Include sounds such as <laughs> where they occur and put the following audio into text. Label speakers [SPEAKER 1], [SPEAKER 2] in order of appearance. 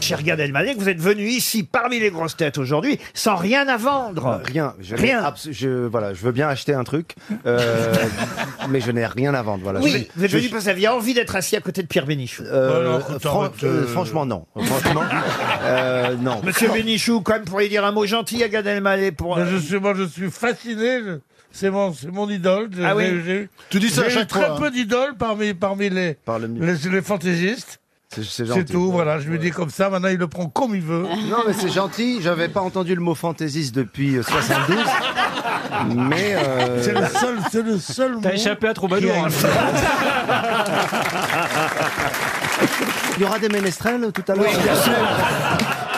[SPEAKER 1] cher Gad Elmaleh, que vous êtes venu ici parmi les grosses têtes aujourd'hui sans rien à vendre.
[SPEAKER 2] Euh, Rien, je n'ai
[SPEAKER 1] Rien.
[SPEAKER 2] abs- je, voilà, je veux bien acheter un truc,
[SPEAKER 1] <laughs>
[SPEAKER 2] euh, mais je n'ai rien à vendre. Voilà.
[SPEAKER 1] Oui,
[SPEAKER 2] Je-
[SPEAKER 1] vous êtes
[SPEAKER 2] je-
[SPEAKER 1] venu parce que vous aviez envie d'être assis à côté de Pierre Bénichou.
[SPEAKER 2] euh,
[SPEAKER 3] Voilà, écoute,
[SPEAKER 2] fran-
[SPEAKER 3] arrête,
[SPEAKER 2] euh,
[SPEAKER 3] euh,
[SPEAKER 2] franchement, non. <laughs> Franchement, euh, non.
[SPEAKER 1] Monsieur Bénichou, quand même, pourriez dire un mot gentil à Gad Elmaleh pour. euh,
[SPEAKER 3] Mais je suis, moi, je suis fasciné. je- C'est mon, c'est mon idole. Je-
[SPEAKER 1] Ah oui.
[SPEAKER 3] j'ai- j'ai eu-
[SPEAKER 4] Tu dis ça à
[SPEAKER 3] j'ai eu
[SPEAKER 4] chaque
[SPEAKER 3] très
[SPEAKER 4] fois, hein.
[SPEAKER 3] peu d'idoles parmi, parmi les,
[SPEAKER 2] Par le mieux.
[SPEAKER 3] les, les fantaisistes.
[SPEAKER 2] C'est- C'est
[SPEAKER 3] C'est
[SPEAKER 2] gentil.
[SPEAKER 3] tout, voilà. Je lui dis comme ça. Maintenant, il le prend comme
[SPEAKER 4] <laughs>
[SPEAKER 3] il veut.
[SPEAKER 2] Non, mais c'est gentil. J'avais pas entendu le mot fantaisiste depuis euh, 72. <laughs> mais euh,
[SPEAKER 3] C'est le seul, c'est le seul mot.
[SPEAKER 5] T'as échappé à Troubadour.
[SPEAKER 3] qui a
[SPEAKER 5] hein.
[SPEAKER 3] existé.
[SPEAKER 2] il y aura des ménestrels tout à l'heure.